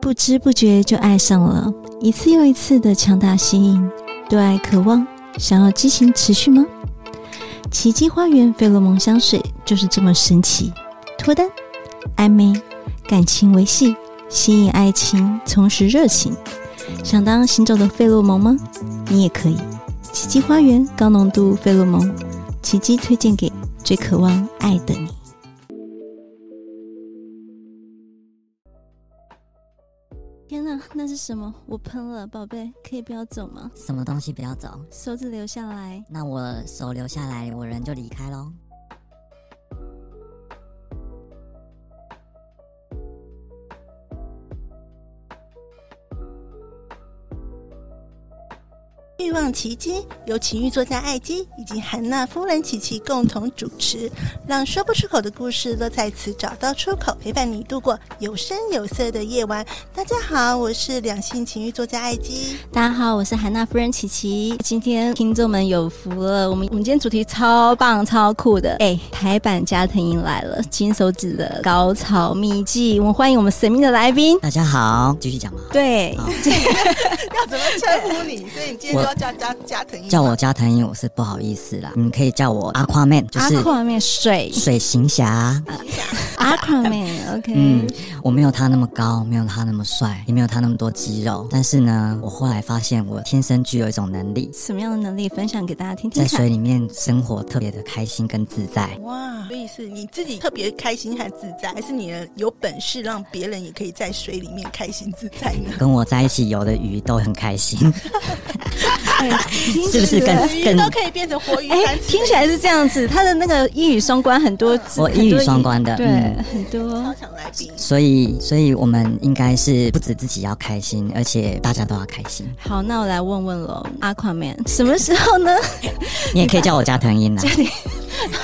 不知不觉就爱上了，一次又一次的强大吸引，对爱渴望，想要激情持续吗？奇迹花园费洛蒙香水就是这么神奇，脱单、暧昧、感情维系、吸引爱情，重拾热情。想当行走的费洛蒙吗？你也可以。奇迹花园高浓度费洛蒙，奇迹推荐给最渴望爱的你。天哪，那是什么？我喷了，宝贝，可以不要走吗？什么东西不要走？手指留下来。那我手留下来，我人就离开喽。欲望奇迹由奇遇作家艾姬以及韩娜夫人琪琪共同主持，让说不出口的故事都在此找到出口，陪伴你度过有声有色的夜晚。大家好，我是两性情欲作家艾姬。大家好，我是韩娜夫人琪琪。今天听众们有福了，我们我们今天主题超棒超酷的，哎，台版加藤鹰来了，金手指的高潮秘技，我们欢迎我们神秘的来宾。大家好，继续讲嘛。对，好要怎么称呼你？所以你今天就要叫加加藤鹰叫我加藤鹰，我是不好意思啦。嗯你可以叫我阿夸 man，就阿是夸妹 水，水行侠。阿夸妹，OK，、 嗯，我没有他那么高，没有他那么帅，也没有他那么多肌肉。但是呢，我后来发现我天生具有一种能力，什么样的能力分享给大家听听在看？水里面生活特别的开心跟自在。哇，所以是你自己特别开心和自在，还是你有本事让别人也可以在水里面开心自在呢？跟我在一起游的鱼都很开心，哎是不是更鱼更都可以变成活鱼哎三，吃听起来是这样子，他的那个一语双关很多字，我一语双关的很多语嗯对，很超多。想来宾。所以所以我们应该是不止自己要开心，而且大家都要开心。好，那我来问问喽，阿款 man 什么时候呢？ 你也可以叫我加啊藤鹰啦。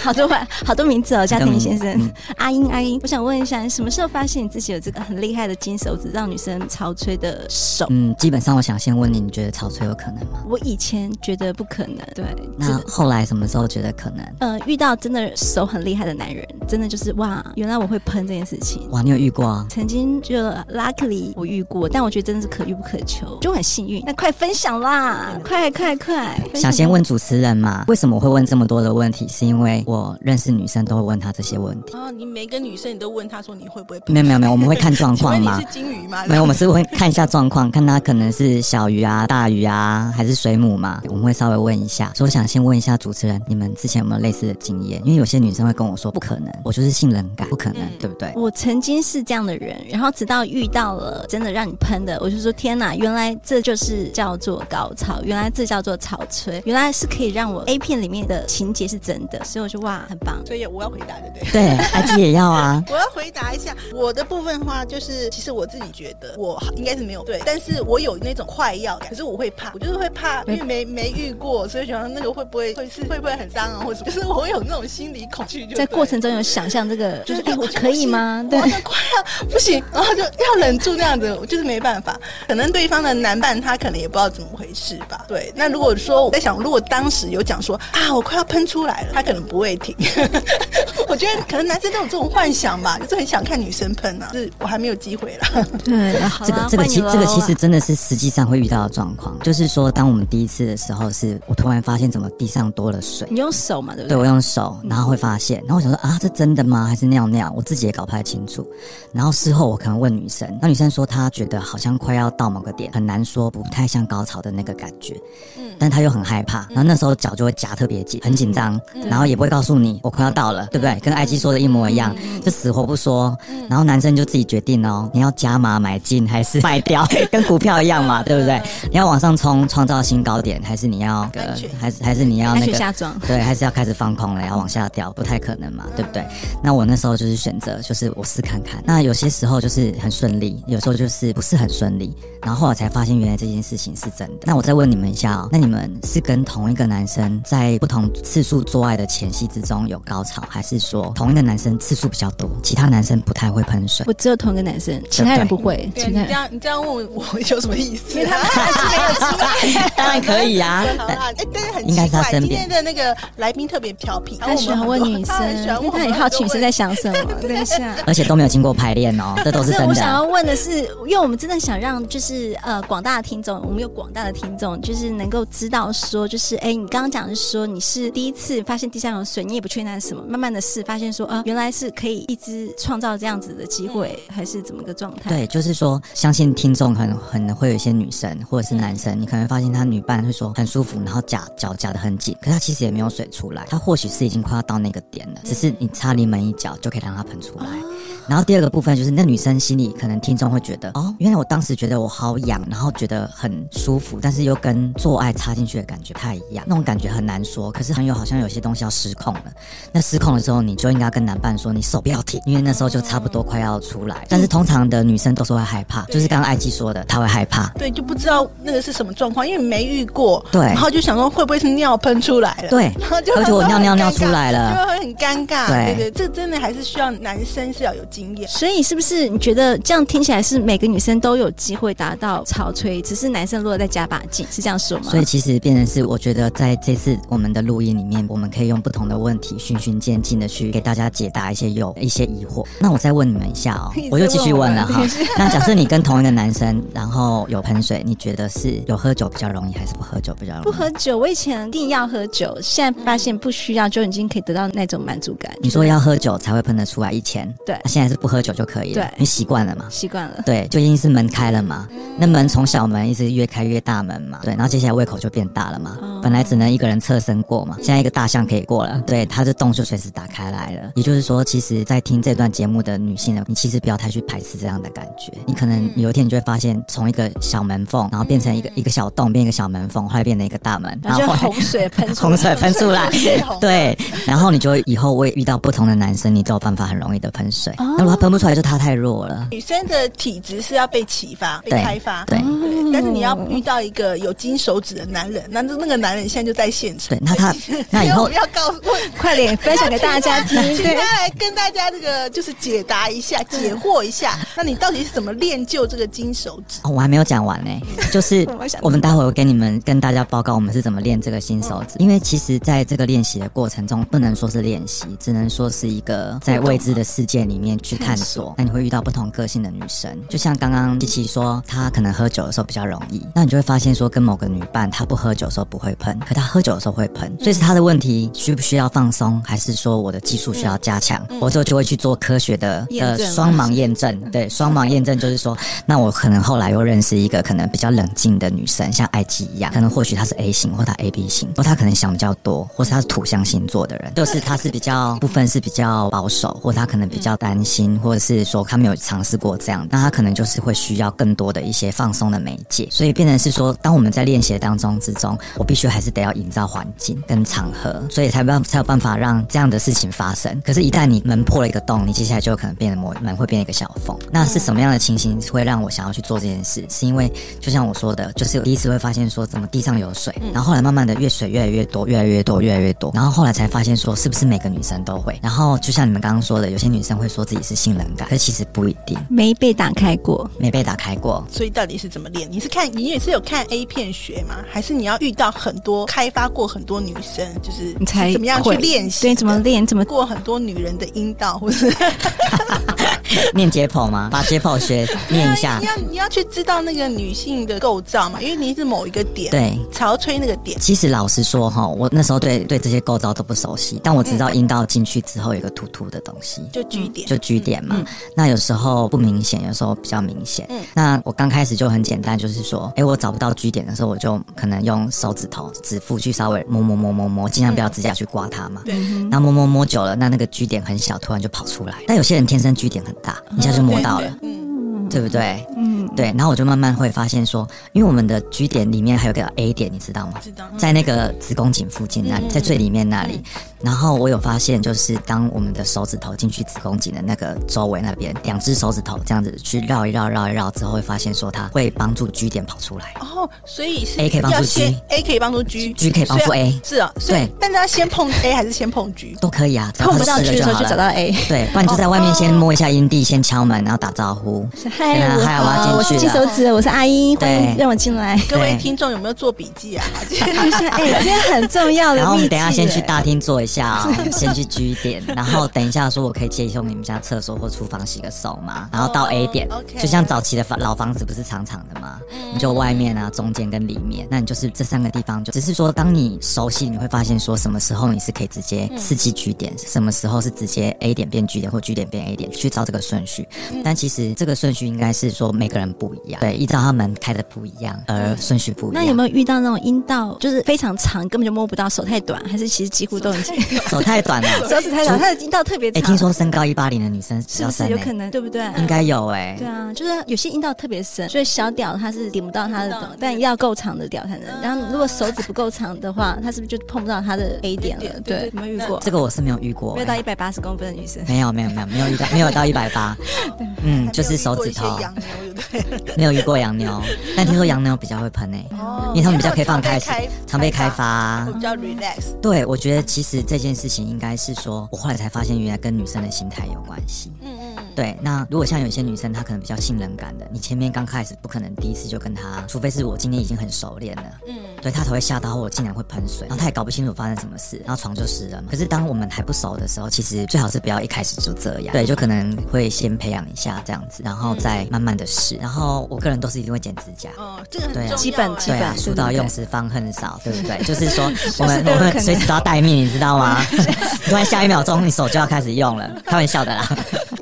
好多话，好多名字哦，家庭先生，嗯阿英阿英，我想问一下，你什么时候发现你自己有这个很厉害的金手指，让女生潮吹的手？嗯，基本上我想先问你，你觉得潮吹有可能吗？我以前觉得不可能，对，真那的。后来什么时候觉得可能？呃，遇到真的手很厉害的男人，真的就是哇，原来我会喷这件事情。哇，你有遇过啊？曾经就 luckily 我遇过，但我觉得真的是可遇不可求，就很幸运。那快分享啦，快快快！分享嗯想先问主持人嘛？为什么我会问这么多的问题？是因为我认识女生都会问她这些问题。然后哦你每个女生你都问她说你会不会喷？没有没有没有，我们会看 状请问况你嘛是？金鱼吗？没有，我们是会看一下状况，看她可能是小鱼啊、大鱼啊，还是水母嘛？我们会稍微问一下。所以我想先问一下主持人，你们之前有没有类似的经验？因为有些女生会跟我说不可能，我就是性冷感，不可能，嗯对不 对？我曾经是这样的人，然后直到遇到了真的让你喷的，我就说天哪，原来这就是叫做高潮，原来这叫做潮吹，原来是可以让我 A 片里面的情节是真的，所以我就哇，很棒。 所以我要回答对 不对？对，艾姬也要啊。我要回答一下我的部分的话，就是其实我自己觉得我应该是没有对，但是我有那种快要感，可是我会怕，我就是会怕，因为没没遇过，所以觉得那个会不会会是会不会很脏啊，或者就是我会有那种心理恐惧，就在对过程中有想象这个，就就是是哎，我可以吗？对我，就快要不行，然后就要忍住那样子，我就是没办法。可能对方的男伴他可能也不知道怎么回事吧。对，那如果说我在想，如果当时有讲说啊，我快要喷出来了，他可能不会停。 我觉得可能男生都有这种幻想吧，就是很想看女生喷啊，就是我还没有机会啦。对，好啊这个啦这个换你其这个喽其实真的是实际上会遇到的状况，就是说，当我们第一次的时候是，我突然发现怎么地上多了水，你用手嘛，对不嗯对？对我用手，然后会发现，然后我想说啊，这真的吗？还是尿尿？我自己也搞不太清楚。然后事后我可能问女生，那女生说她觉得好像快要到某个点，很难说，不太像高潮的那个感觉，嗯但她又很害怕，然后那时候脚就会夹特别紧，很紧张，嗯然后也不会告诉你我快要到嗯了，对不对？跟艾姬说的一模一样，就死活不说。然后男生就自己决定哦，你要加吗？嘛，买进还是卖掉， 跟股票一样嘛，对不对？嗯你要往上冲，创造新高点，还是你要呃安全还是还是你要安那全个下装。对，还是要开始放空了，要往下掉，不太可能嘛，对不对？那我那时候就是选择，就是我试看看。那有些时候就是很顺利，有时候就是不是很顺利。然后后来才发现，原来这件事情是真的。那我再问你们一下哦，那你们是跟同一个男生在不同次数做爱的前戏之中有高潮，还是说同一个男生次数比较多，其他男生不太会喷水？我只有同一个男生，其他人不会，对啊其你他这人样你这样问我我有什么意思？因为啊 他 当然可以啊，好 但啦，哎但是很应该奇是他怪，身今天边的那个来宾特别调皮，他喜欢问我们很女多他很生喜欢，因为问他很我们好奇女多问生在想什么。等一下。而且都没有经过排练哦，这都是可真 我的想啊。要问的是，因为我们真的想让就是呃广大的听众，我们有广大的听众，就是能够知道说，就是哎、你刚刚讲的是说你是第一次发现地下有水，你也不确定它是什么，慢慢的试发现说啊、呃原来是可以一直创造这样子的机会，还是怎么个状态？嗯对，就是说，相信听众可能可能会有一些女生或者是男生，你可能发现他女伴会说很舒服，然后夹脚夹得很紧，可是他其实也没有水出来，他或许是已经快要到那个点了，只是你插临门一脚就可以让它喷出来。然后第二个部分就是，那女生心里可能听众会觉得，哦，原来我当时觉得我好痒，然后觉得很舒服，但是又跟做爱插进去的感觉不太一样，那种感觉很难说。可是很有好像有些东西要失控了，那失控了之后，你就应该跟男伴说，你手不要停，因为那时候就差不多快要出来。但是通常的女生都是会害怕，就是刚刚艾姬说的，她会害怕。对，就不知道那个是什么状况，因为没遇过，对然后就想说会不会是尿喷出来了，对 然后就而且我很尿尿尴尿尬出来了就会很尴尬，对对对，这真的还是需要男生是要有经验，啊所以是不是你觉得这样听起来是每个女生都有机会达到潮吹，只是男生如果再加把劲，是这样说吗？所以其实变成是，我觉得在这次我们的录音里面，我们可以用不同的问题循序渐进的去给大家解答一些有一些疑惑。那我再问你们一下哦你再，我又继续问了问我哈。那假设你跟同一个男生，然后有喷水，你觉得是有喝酒比较容易，还是不喝酒比较容易？不喝酒，我以前一定要喝酒，现在发现不需要就已经可以得到那种满足感。你说要喝酒才会喷得出来，以前对那现在是不喝酒就可以了，对因为习惯了嘛。习惯了。对，就已经是门开了嘛，那门从小门一直越开越大门嘛，对，然后接下来胃口就变大了嘛，哦本来只能一个人侧身过嘛，现在一个大象可以过了，对，它的洞就随时打开来了。也就是说，其实，在听这段节目的女性呢，你其实不要太去排斥这样的感觉，你可嗯能有一天你就会发现，从一个小门缝，然后变成一个一个小洞，变一个小门缝，后来变成一个大门，然后就后来。洪 水喷出洪来。水喷 出来水洪，对，然后你就以后会遇到不同的男生，你都有办法很容易的喷水。哦那如果他喷不出来，就他太弱了。女生的体质是要被启发、被对开发，对对，但是你要遇到一个有金手指的男人，那那个男人现在就在现场对，，那他那以所我后们要告 诉我。快点分享给大家听。请 对他，来跟大家这个就是解答一下、解惑一下，那你到底是怎么练就这个金手指？哦，我还没有讲完呢、就是我想我们待会儿跟你们跟大家报告我们是怎么练这个新手指，因为其实在这个练习的过程中，不能说是练习，只能说是一个在未知的世界里面去探索。那你会遇到不同个性的女生，就像刚刚琪琪说，她可能喝酒的时候比较容易，那你就会发现说，跟某个女伴她不喝酒的时候不会喷，可她喝酒的时候会喷，所以是她的问题，需不需要放松，还是说我的技术需要加强？我之后就会去做科学的验呃证吗嗯双盲验证，对，双盲验证就是 说，那我可能后来又认识一个可能比较冷静的女生，像艾姬一样，可能或许她是 A 型，或她 AB 型，或她可能想比较多，或是她是土象星座的人，就是她是比较部分是比较保守，或她可能比较担嗯心，或者是说她没有尝试过这样，那她可能就是会需要更多的一些放松的媒介，所以变成是说，当我们在练习的当中之中，我必须还是得要营造环境跟场合，所以才办才有办法让这样的事情发生。可是，一旦你门破了一个洞，你接下来就有可能变得门门会变一个小缝。那是什么样的情形会让我想要去做这件事？是因为就像我说的，就是第一次会发现说怎么地上有水，然后后来慢慢的越水越来越多，越来越多，越来越多，然后后来才发现说是不是每个女生都会？然后就像你们刚刚说的，有些女生会说自己是性冷感，可是其实不一定，没被打开过，没被打开过。所以到底是怎么练？你是看你也是有看 A 片学吗？还是你要遇到很多开发过很多女生，就是你才怎么样去会练习？对，怎么？练？怎么过很多女人的阴道，或是念解剖吗？把解剖学念一下 你。要你要去知道那个女性的构造嘛，因为你是某一个点，，对，潮吹那个点，其实老实说哈，我那时候对对这些构造都不熟悉，但我只知道阴道进去之后有个突突的东西。就据点，就据点嘛，那有时候不明显，有时候比较明显。那我刚开始就很简单，就是说，哎、我找不到据点的时候，我就可能用手指头、指腹去稍微摸摸摸摸摸，尽量不要指甲去刮它嘛。对，那摸摸摸久了，那那个据点很小，突然就跑出来。但有些人天生据点很大，一下就摸到了。对，对嗯，对不对？嗯，对，然后我就慢慢会发现说，因为我们的 G 点里面还有个 A 点，你知道吗？知道在那个子宫颈附近那嗯里，在最里面那里。然后我有发现，就是当我们的手指头进去子宫颈的那个周围那边，两只手指头这样子去绕一绕、绕一绕之后，会发现说它会帮助 G 点跑出来。哦，所以是 A 可以帮助要先 G A 可以帮助 G，G G 可以帮助 A 是啊，所以对但是他先碰 A 还是先碰 G？都可以啊，只要碰不它到试了去的时候好就了找到哦 A，对，不然你就在外面先摸一下阴蒂，先敲门，然后打招呼。嗨，对啊我嗨我要呃进我去是金了手指，我是阿英，欢迎对让我进 来。各位对听众有没有做笔记啊？哎，今天很重要的秘籍耶。然后我们等一下先去大厅坐一下、 哦，先去 G 点，然后等一下说我可以借用你们家厕所或厨房洗个手吗？哦然后到 A 点， OK 就像早期的房老房子不是长长的吗？嗯你就外面啊、中间跟里面，那你就是这三个地方就，只是说当你熟悉，你会发现说什么时候你是可以直接嗯刺激 G 点，什么时候是直接 A 点变 G 点或 G 点变 A 点，去照这个顺序。嗯但其实这个顺序应该是说每个人不一样，对，依照他们开的不一样，而顺序不一样。那有没有遇到那种阴道就是非常长，根本就摸不到，手太短，还是其实几乎都已经手太短了？ 手指太短，它的阴道特别哎、长？听说身高一八零的女生比是较不深、是欸，有可能？对不对？应该有哎、对啊，就是有些阴道特别深，所以小屌它是顶不到嗯它的顶不到屌，但一定要够长的屌才能。然后如果手指不够长的话，它是不是就碰不到它的 A 点了？对对，有没有遇过？这个我是没有遇过、没有到欸一，百八十公分的女生，没有没有没有没有遇到没有到一百八，嗯，就是手指头还没有遇过一些洋妞，对不对？没有遇过洋妞，但听说洋妞比较会喷哎、哦 因为他们比较可以放开，常常被被开开嗯发、我比较 relax，对，我觉得其实这件事情应该是说，我后来才发现原来跟女生的心态有关系。嗯嗯嗯，对，那如果像有些女生，她可能比较信任感的，你前面刚开始不可能第一次就跟她，除非是我今天已经很熟练了，嗯，对她才会吓到我竟然会喷水，然后她也搞不清楚发生什么事，然后床就湿了嘛。可是当我们还不熟的时候，其实最好是不要一开始就这样，对，就可能会先培养一下这样子，然后再慢慢的试。然后我个人都是一定会剪指甲。哦，这个很对啊重要啊，基本基对本啊，对树对到对用时方恨少，对 不对？就是说，我是们都有我可们能随时都要待命，你知道吗？ 突然下一秒钟，你手就要开始用了，开玩笑的啦。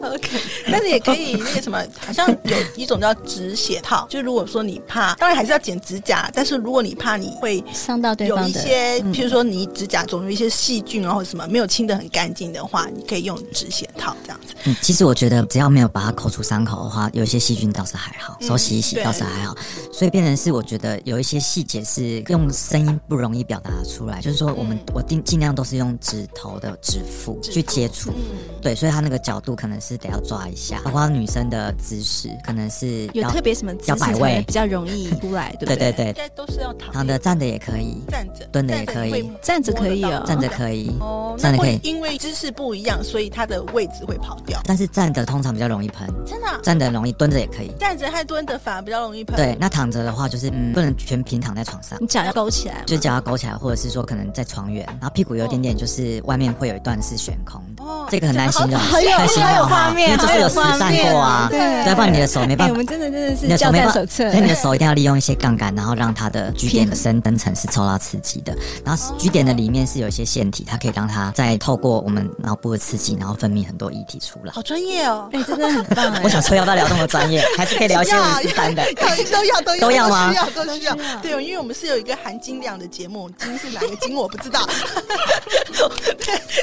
OK，但是也可以那个什么，好像有一种叫止血套，就是如果说你怕，当然还是要剪指甲，但是如果你怕你会伤到对有方一的。嗯些，譬如说你指甲总有一些细菌啊或者什么没有清的很干净的话，你可以用止血套这样子。嗯，其实我觉得只要没有把它口出伤口的话，有一些细菌倒是还好，嗯手洗一洗对倒是还好。所以变成是我觉得有一些细节是用声音不容易表达出来，就是说我们、我尽尽量都是用指头的指腹指嗯去腹接触。嗯对，所以它那个角度可能是得要抓一下，包括女生的姿势，可能是有要特别什么姿势要摆才位会比较容易出来，对不对对对？对应，该都是要躺躺的站的也可以，站着，蹲的也可以站着会站着可以哦站着可以，哦，站那着可会以，因为姿势不一样，所以它的位置会跑掉。但是站的通常比较容易喷，真的啊、站的容易，蹲着也可以。站着和蹲着反而比较容易喷。对，那躺着的话就是、嗯、不能全平躺在床上。你脚要勾起来嘛，就脚要勾起来，或者是说可能在床缘，然后屁股有一点点，就是外面会有一段是悬空的，哦这个很难形容，好很难形容好有哈画面因为就是有实战过啊，好有画面对，不然你的手没哎、办我法。们真的真的是你的手交没战办法，哎手册所以，你的手一定要利用一些杠杆，然后让它的 G 点的深深层是受到刺激的。然后 G 点的里面是有一些腺体，它可以让它再透过我们脑部的刺激，然后分泌很多液体出来。好专业哦。哎、真的很棒哎、我想说要不要聊这么专业，还是可以聊一些五十三的。都 要都要都要吗需要都需要。对，因为我们是有一个含金量的节目，金是哪个金我不知 道。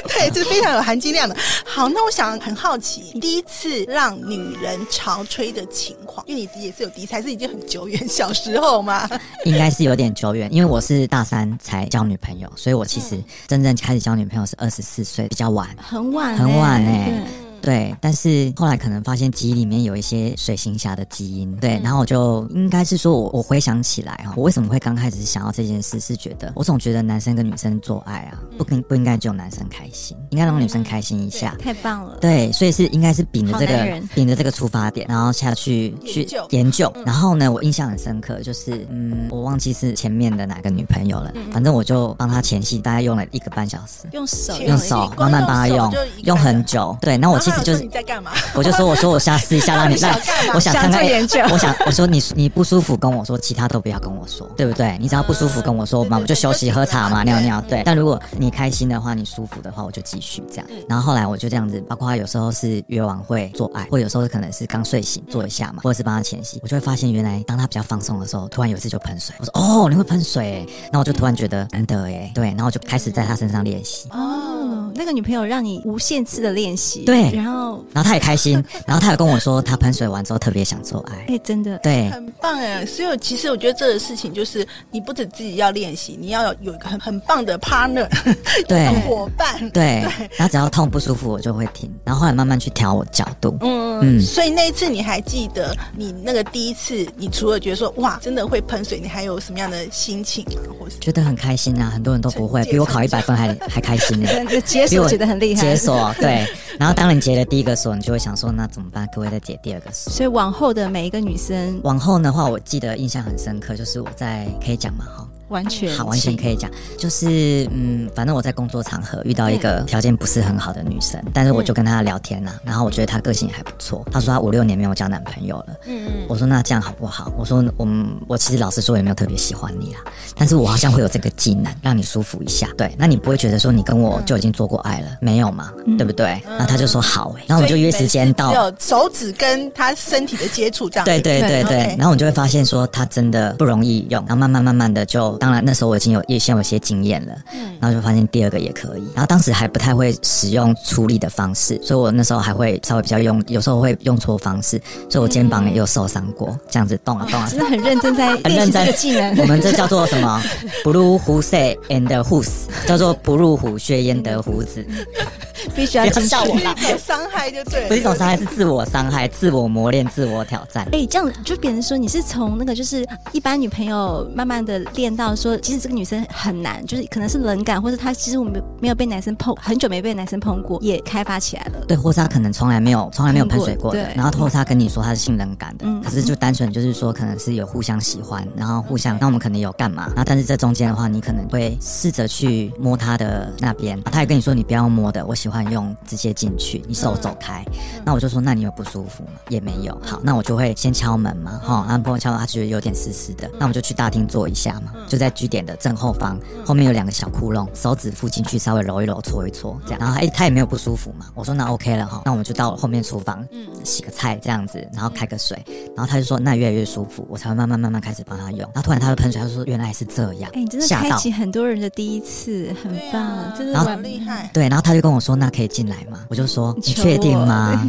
对对，是非常有含金量的。好，那我想很好奇，第一次让女人潮吹的情况，因为你也是有第一次，还是已经很久远，小时候嘛。应该是有点久远，因为我是大三才交女朋友，所以我其实真正开始交女朋友是二十四岁，比较晚。很晚、很晚哎对嗯对，但是后来可能发现记忆里面有一些水行侠的基因，对，嗯然后我就应该是说我我回想起来哈，我为什么会刚开始想要这件事，是觉得我总觉得男生跟女生做爱啊，嗯不应不应该只有男生开心，应该让女生开心一下。太棒了。对，所以是应该是秉着这好男个人秉着这个出发点，然后下去去研究嗯研究。然后呢，我印象很深刻，就是嗯，我忘记是前面的哪个女朋友了，嗯反正我就帮她前戏，大概用了一个半小时。用手对用一手光慢慢帮她用手用就一，个用半很久。对，那我其然后他有实就说是你在干嘛？我就说，我说我下试一下，让你让 想干嘛我想看看想做研究我想我说你你不舒服跟我说，其他都不要跟我说，对不对？你只要不舒服跟我说嗯嘛，我们就休息对对对喝茶嘛，对尿尿。嗯对，但如果你开心的话，你舒服的话，我就继续这样。然后后来我就这样子，包括有时候是约完会做爱，或有时候可能是刚睡醒做一下嘛，或者是帮他前戏，我就会发现原来当他比较放松的时候，突然有一次就喷水。我说哦，嗯你会喷水欸，那我就突然觉得难得哎，对，然后我就开始在他身上练习。哦，那个女朋友让你无限次的练习，对然后然后他也开心，然后他有跟我说，他喷水完之后特别想做爱。哎，真的，对，很棒哎！所以其实我觉得这个事情就是，你不止自己要练习，你要有一个很很棒的 partner，对有 伙伴。对，然后只要痛不舒服我就会停，然后后来慢慢去调我角度。嗯，嗯所以那一次你还记得你那个第一次，你除了觉得说哇真的会喷水，你还有什么样的心情吗？或是觉得很开心啊，很多人都不会，成就比我考一百分还还开 心呢。那解比锁我觉得很厉害，解锁对，然后当你解了第一个锁，你就会想说，那怎么办？可不可以再解第二个锁？所以往后的每一个女生往后的话，我记得印象很深刻，就是我在可以讲嘛哈，完全好，完全可以讲，就是嗯，反正我在工作场合遇到一个条件不是很好的女生，但是我就跟她聊天啦、然后我觉得她个性也还不错，她说她五六年没有交男朋友了，嗯嗯，我说那这样好不好？我说我们我其实老实说也没有特别喜欢你啦，但是我好像会有这个技能让你舒服一下，对，那你不会觉得说你跟我就已经做过爱了，没有嘛，对不对？然后她就说好、欸，然后我们就约时间到，所以你们是只有手指跟他身体的接触这样。对对对对 OK 对，然后我就会发现说它真的不容易用，然后慢慢慢慢的就，当然那时候我已经有也先有一些经验了，然后就发现第二个也可以，然后当时还不太会使用出力的方式，所以我那时候还会稍微比较用，有时候会用错方式，所以我肩膀也有受伤过，这样子动啊动啊真。的很认真在练习认真这个技能 我。们这叫做什么？Blue 胡塞 and who's，叫做不入虎穴焉得虎子，必须要不要笑我是进去一种伤害就对了，啊不是一种伤害，是自我伤害、自我磨练、自我挑战。哎、这样就别人说你是从那个就是一般女朋友慢慢的练到说，其实这个女生很难，就是可能是冷感，或者她其实我们没有被男生碰，很久没被男生碰过，也开发起来了。对，或是他可能从来没有从来没有喷水过的，对然后或是他跟你说他是性冷感的，嗯可是就单纯就是说可能是有互相喜欢，然后互相，那我们可能有干嘛，然后但是这中间的话，你可能会试着去摸他的那边，他也跟你说你不要摸的，我喜欢用直接进去，你手走开，嗯那我就说那你有不舒服吗？也没有，好，那我就会先敲门嘛，哈、然后朋友敲门，他觉得有点湿湿的，嗯那我们就去大厅坐一下嘛，就在据点的正后方，后面有两个小窟窿，手指附近去稍微揉一揉，搓一搓，这样，然后哎、他也没有不舒服嘛，我说那 OK 了哈，那我们就到后面厨房，洗个菜这样子，然后嗯开个水，然后他就说那越来越舒服，我才会慢慢慢慢开始帮他用，然后突然他就喷出来，他说原来是这样哎、，你真的吓开到。启很多人的第一次，很对棒，啊，真的然后完很厉害。对，然后他就跟我说：“那可以进来吗？”我就说：“你你求确定我吗？”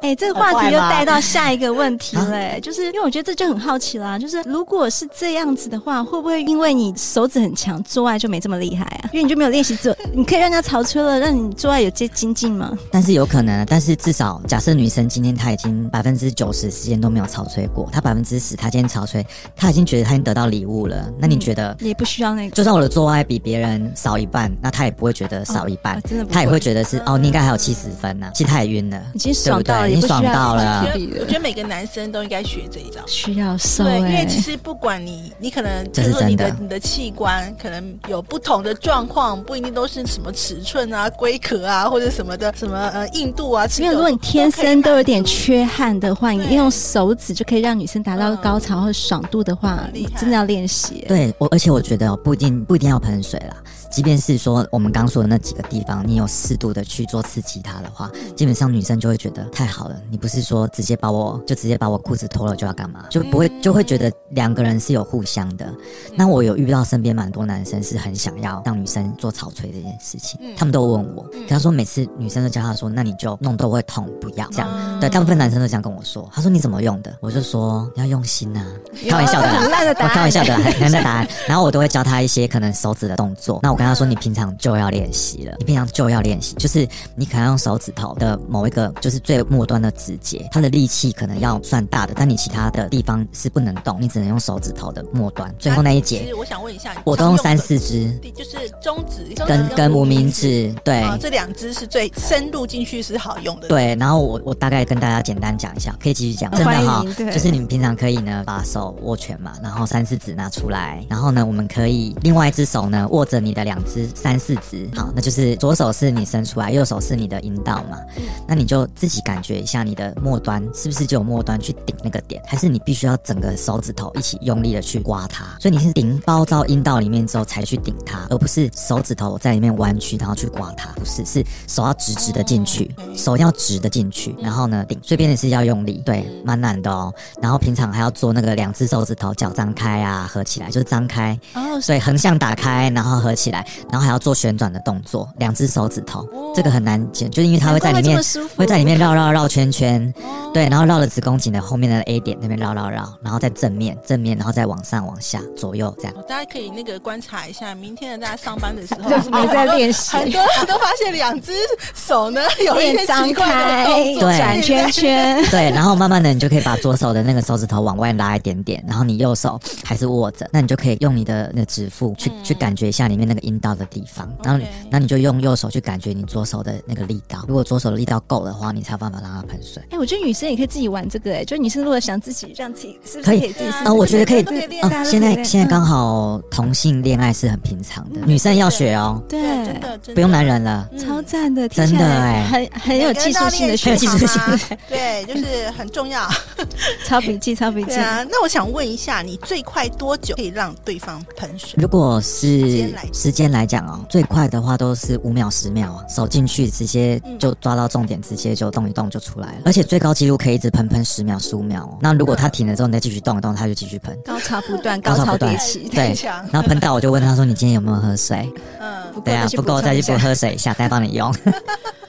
哎、这个话题很又坏吗带到下一个问题啊了、哎就是因为我觉得这就很好奇啦，就是如果是这样子的话，会不会因为你手指很强，做爱就没这么厉害啊？因为你就没有练习做，你可以让人家潮吹了，让你做爱有些精进吗？ 但是有可能，但是至少假设女生今天她已经百分之九十时间都没有潮吹过，她百分之十她今天潮吹，她已经觉得她已经得到礼物了。那嗯你觉得，也不需要那个，就算我的做爱比别人少一半，那她也不会觉得少一半，哦真的不会她也会觉得是哦，你应该还有七十分呢、其实她也晕了，已经爽到了，对也不需不对？你要爽到嗯我了觉，得我觉得每个男生都应该学这一招。 需要收、对，哎因为其实不管你，你可能就这是是说你的真的你的器官可能有不同的状况，不一定都是什么尺寸啊、龟壳啊或者什么的什么呃硬度啊。尺因为寸如果你天生都有点可以满足缺憾的话，你对嗯用手指就可以让女生达到高潮或爽度的话，很厉你害真的要练习。哎对我，而且我觉得哦不一定不一定要喷水啦，即便是说我们刚说的那几个地方，你有适度的去做刺激她的话，基本上女生就会觉得太好了。你不是说直接把我就直接把我裤子脱了就要干嘛，就不会就会觉得两个人是有互相的。那我有遇到身边蛮多男生是很想要让女生做草锤这件事情，他们都问我，可他说每次女生都叫他说，那你就弄到会痛，不要这样。啊对，大部分男生都这样跟我说，他说你怎么用的？我就说你要用心啊， 开玩笑的啦，很烂的答 我案，开玩笑的，很难的答案。然后我都会教他一些可能手指的动作。那我跟他说，你平常就要练习了，你平常就要练习，就是你可能用手指头的某一个，就是最末端的指节，它的力气可能要算大的，但你其他的地方是不能动，你只能用手指头的末端，最后那一其节，实我想问一下，你我都用常三的四只对就是中指跟跟无名。指，对。啊，这两只是最深入进去是好用的。对，然后我我大概跟大家简单讲一下，可以继续讲，真的欢迎哈、对就是你们平常可以呢把手握拳嘛，然后三四指拿出来，然后呢我们可以另外一只手呢握着你的两只三四指，好，那就是左手是你伸出来，右手是你的阴道嘛，那你就自己感觉一下你的末端是不是只有末端去顶那个点，还是你必须要整个手指头一起用力的去刮它，所以你是顶包到阴道里面之后才去顶它，而不是手指头在里面弯曲然后去刮它，不是，是手要直直的进去，手要直的进去，然后呢顶，所以变成是要用力，对，蛮难的哦。然后平常还要做那个两只手指头脚张开啊，合起来就是张开，哦，所以横向打开，然后合起来，然后还要做旋转的动作，两只手指头，哦这个很难剪，就是因为它会在里难怪这面么舒服会在里面绕绕绕圈圈，哦对，然后绕了子宫颈的后面的 A 点那边绕绕绕，然后再正面正面，然后再往上往下左右这样。哦大家可以那个观察一下，明天的大家上班的时候 就是没在练习很多人都发现两只手 呢有一些脸张奇怪的开动，作，对转圈圈，对，然后慢慢的你就可以把左手的那个手指头往外拉一点点，然后你右手还是握着，那你就可以用你的那个指腹去、嗯去感觉一下里面那个阴道的地方，然后你 OK 那你就用右手去感觉你左手的那个力道，如果左手的力道够的话，你才有办法让它喷水。 哎、我觉得女生也可以自己玩这个、哎，就是女生如果想自己让自己，是不是可以以自己试试啊，看？我觉得可以都可以练哦大家都可以现在练现在嗯刚好同性恋爱是很平常的，女生要学哦，对，对，真的真的不用男人了。嗯超赞的，真听的起来哎很很有技术性的学学有技习术，性 的对，就是很重 要。抄笔记，抄笔对记。啊，那我想问一下，你最快多久可以让对方喷水？如果是间来时间来讲哦，最快的话都是五秒、十秒啊，手进去直接就抓到重点，直接就动一动就出来了。而且最高纪录可以一直喷喷十秒、十五秒、哦。那如果他停了之后，你再继续动一动，他就继续喷，高潮不断，高高潮潮不断迭起，对太强。然后喷到我就问他说：“你今天有没有喝水？”嗯， 不够对啊再，去不够补充再一去下多喝水一下，再帮你用。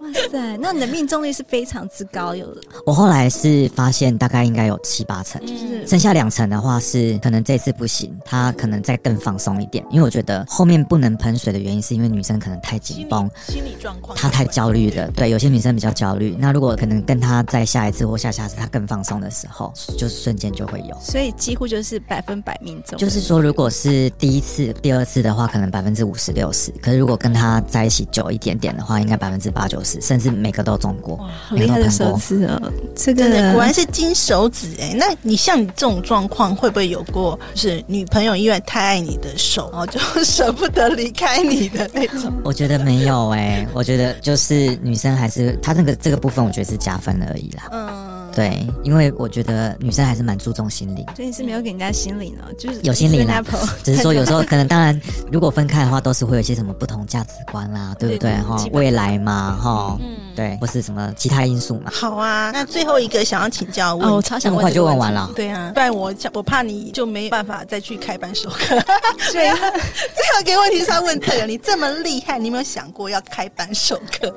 哇塞，那你的命中率是非常之高，有我后来是发现大概应该有七八成。就是剩下两层的话是可能这次不行，他可能再更放松一点，因为我觉得后面不能喷水的原因是因为女生可能太紧心理绷，心理状况，她太焦虑了。对，有些女生比较焦虑，那如果可能跟她在下一次或下下次她更放松的时候，就是瞬间就会有。所以几乎就是百分百命中，就是说，如果是第一次、第二次的话，可能百分之五十六十；可是如果跟她在一起久一点点的话，应该百分之八九十，甚至每个都中过，好每厉个害都的喷手过。指哦，这个真的果然是金手指哎、那你像你这种状况，会不会有过就是女朋友因为太爱你的手，然后哦就舍不得离开你的那种？我觉得没有哎、我觉得就是女生还是她那个这个部分，我觉得是加分而已啦。嗯，对，因为我觉得女生还是蛮注重心灵，所以你是没有给人家心理呢，就是有心理呢啦，只是说有时候可能，当然如果分开的话，都是会有一些什么不同价值观 啦，对不对？对哈基，本嗯未来嘛，哈，对，或是什么其他因素嘛。好啊。那最后一个想要请教问，哦，我超这想么问快这就个问问完题，了，对啊，不然我想我怕你就没办法再去开班授课。 所以最后一个问题是要问 这个，你这么厉害，你有没有想过要开班授课？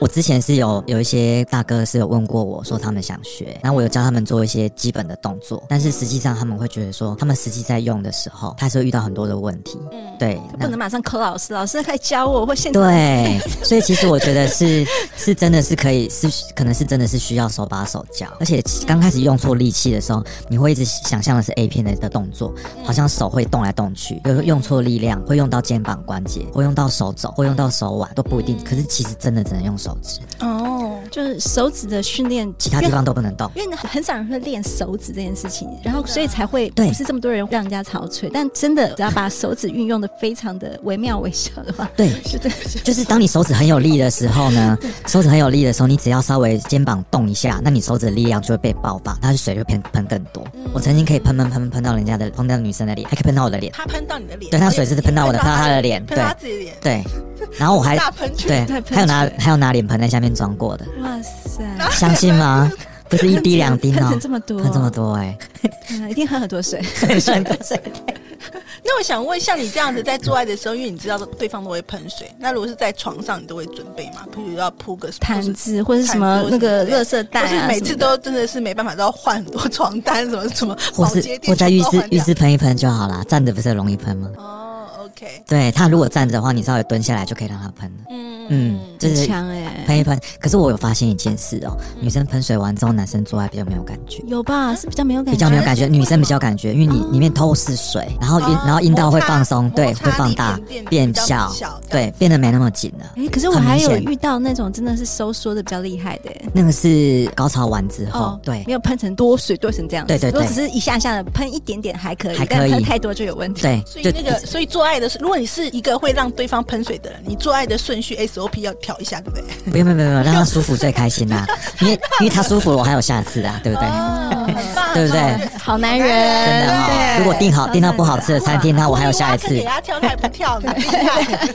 我之前是有有一些大哥是有问过我说他们想学，然后我有教他们做一些基本的动作，但是实际上他们会觉得说，他们实际在用的时候，他是会遇到很多的问题，对，嗯不能马上 call 老师，老师来教我或现场 对，所以其实我觉得是 是真的是可以是可能是真的是需要手把手教，而且刚开始用错力气的时候，你会一直想象的是 A 片的的动作，好像手会动来动去，有时候用错力量，会用到肩膀关节，会用到手肘，会用到手腕都不一定，可是其实真的只能用手指，哦，就是手指的训练，其他地方都不能动。因为。因为很少人会练手指这件事情，然啊后所以才会对不是这么多人让人家潮吹，但真的只要把手指运用的非常的惟妙惟肖 的话， 对，就真的就是当你手指很有力的时候 呢，手指很有力的时候，你只要稍微肩膀动一下，那你手指的力量就会被爆发，它水就喷喷更多。嗯我曾经可以喷喷喷喷到人家的，喷到女生的脸，还可以喷到我的脸。他喷到你的脸，对他水是喷到我的你喷到他的脸喷到对他自己的脸， 对，然后我还大喷泉大，对喷还有拿泉还有拿脸盆在下面装 过的，哇 塞，相 信吗？不是一滴两滴喷哦成，这么多，喷这么多 哎，嗯，一定喝很 多水。算不算那我想问，像你这样子在做爱的时候，因为你知道对方都会喷水，那如果是在床上，你都会准备吗？比如要铺个什么毯或是子或者是什么毯子那个或垃是之类圾的袋或啊，是每次什么的都真的是没办法，都要换很多 床单，什么什么或保是洁垫或在浴全部都室换浴掉室喷一喷就好啦，站着不是容易喷吗？哦，OK，对他如果站着的话，你稍微蹲下来就可以让他喷了。嗯嗯，就是很强哎，喷一喷。可是我有发现一件事哦，女生喷水完之后，男生做爱比较没有感觉。有吧？是比较没有感比觉较没有感是为觉，什么女生比较感觉，因为你里面透视水，然后阴、哦然后阴道会摩擦放松，对，摩擦会放大力变变，变比较小小，嗯对，变得没那么紧了。哎，可是我很明还有显遇到那种真的是收缩的比较厉害的哎。那个是高潮完之后，哦哦对哦没有喷成多水多成这样子。对对如对果只是一下下的喷一点点还可以，还可以但喷太多就有问题。对，所以那个，所以做爱的时候，如果你是一个会让对方喷水的人，你做爱的顺序 SOP 要调一下，对不对？不 用不用不用，让他舒服最开心啦、因为因为他舒服，我还有下次啊，对不对？哦，很棒 对不对？嗯好男真人，的哈，对如果订好订到不好吃的餐厅，那我还有下一我次给，他跳，他也不跳，你厉害。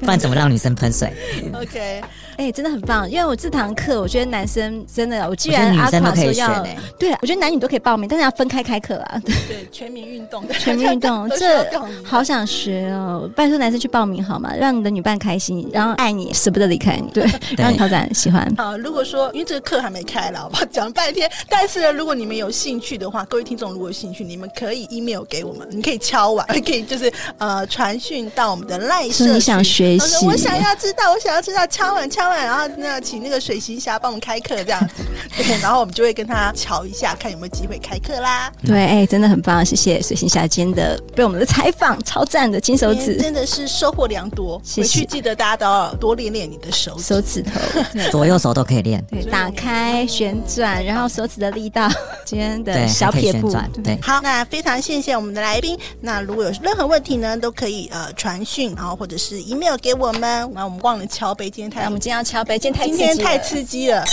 不然怎么让女生喷水？ OK，哎、真的很棒，因为我这堂课，我觉得男生真的，我既我觉得然女阿生垮都可说以选要，欸对我觉得男女都可以报名，但是要分开开课啦，对对，全民运动，全民运 动，都需要这动员好想学哦，拜托男生去报名好吗？让你的女伴开心，然后爱你，舍不得离开你，对，让你挑战喜欢。啊，如果说因为这个课还没开啦，我讲了半天，但是呢，如果你们有兴趣的话，各位听众如果有兴趣，你们可以 email 给我们，你可以敲完，可以就是呃传讯到我们的赖社说群。你想学他说习，我想要知道，我想要知道，敲碗敲碗，然后那请那个水行侠帮我们开课这样子，对，然后我们就会跟他瞧一下，看有没有机会开课啦。对，哎、真的很棒，谢谢水星侠今天的被我们的采访，超赞的金手今天指、真的是收获良多，谢回谢去记得大家都要多练练你的手指。手指头，欸左右手都可以练，对，打开旋转，然后手指的力道，今天的对，小还可以撇旋步，转，对。好，那非常谢谢我们的来宾。那如果有任何问题呢，都可以呃传讯，然后或者是 email 给我们。然后我们忘了敲杯，今天那太我们今天要敲杯，今天太今刺天激太了刺激了。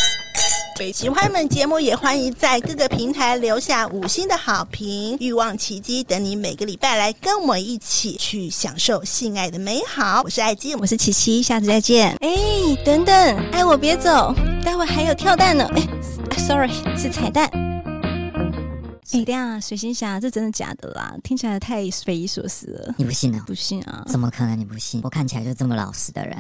喜欢我们节目，也欢迎在各个平台留下五星的好评。欲望奇迹等你每个礼拜来跟我一起去享受性爱的美好。我是艾姬，我我是琪琪，下次再见。哎、等等，爱我别走，待会还有跳蛋呢。哎、s o r r y 是彩蛋。哎、等一下，水星侠，这真的假的啦？听起来太匪夷所思了。你不信啊？不信 啊！怎么可能？你不信？我看起来就这么老实的 人，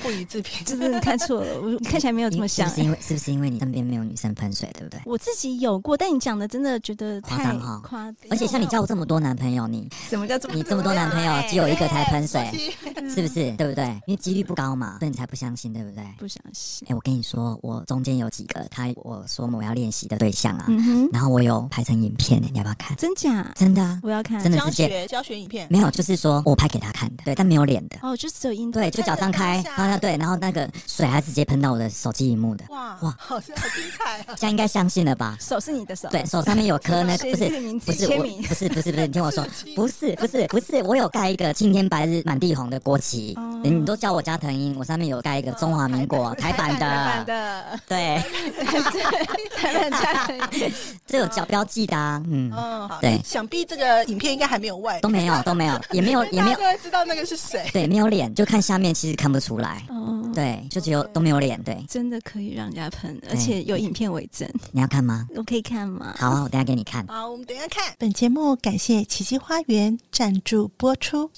不予置评。就是你看错了，我你看起来没有这你么是像、不是哎因为是不是因为你身边没有女生喷水，对 不对？我自己有过，但你讲的真的觉得夸太张哈夸张。而且像你交过这么多男朋友，你什么叫这么你这么多男朋哎友只有一个才喷水，是不嗯是？对不对？因为几率不高嘛，所以你才不相信，对不对？不相信？哎，我跟你说，我中间有几个他我说我要练习的对象啊，嗯哼，然后我有拍成影片，你要不要看？真假？真的啊，我要看真。的教直接学教学影片，没有，就是说我拍给他看的，对，但没有脸的，哦，就只有音对，就脚张开，然后他对，然后那个水还直接喷到我的手机荧幕的，哇哇好像好精彩啊！这样应该相信了吧？手是你的手，对，手上面有颗那谁个不是自己名字不是签我名不是不是不是，你听我说，不是不是不是，我有盖一个青天白日满地红的国旗，嗯哦你都叫我加藤鹰，我上面有盖一个中华民国台版台版的，的，对，台版 家庭。这有角标记的啊，嗯，嗯，好对想必这个影片应该还没有外都没有都没有，也没有也没大家有都，会知道那个是谁。对，没有脸，就看下面其实看不出来，哦，对，就只有都没有脸，对，真的可以让人家喷，而且有影片为证，你要看吗？我可以看吗？好啊，我等一下给你看。好，我们等一下看。本节目感谢奇迹花园赞助播出。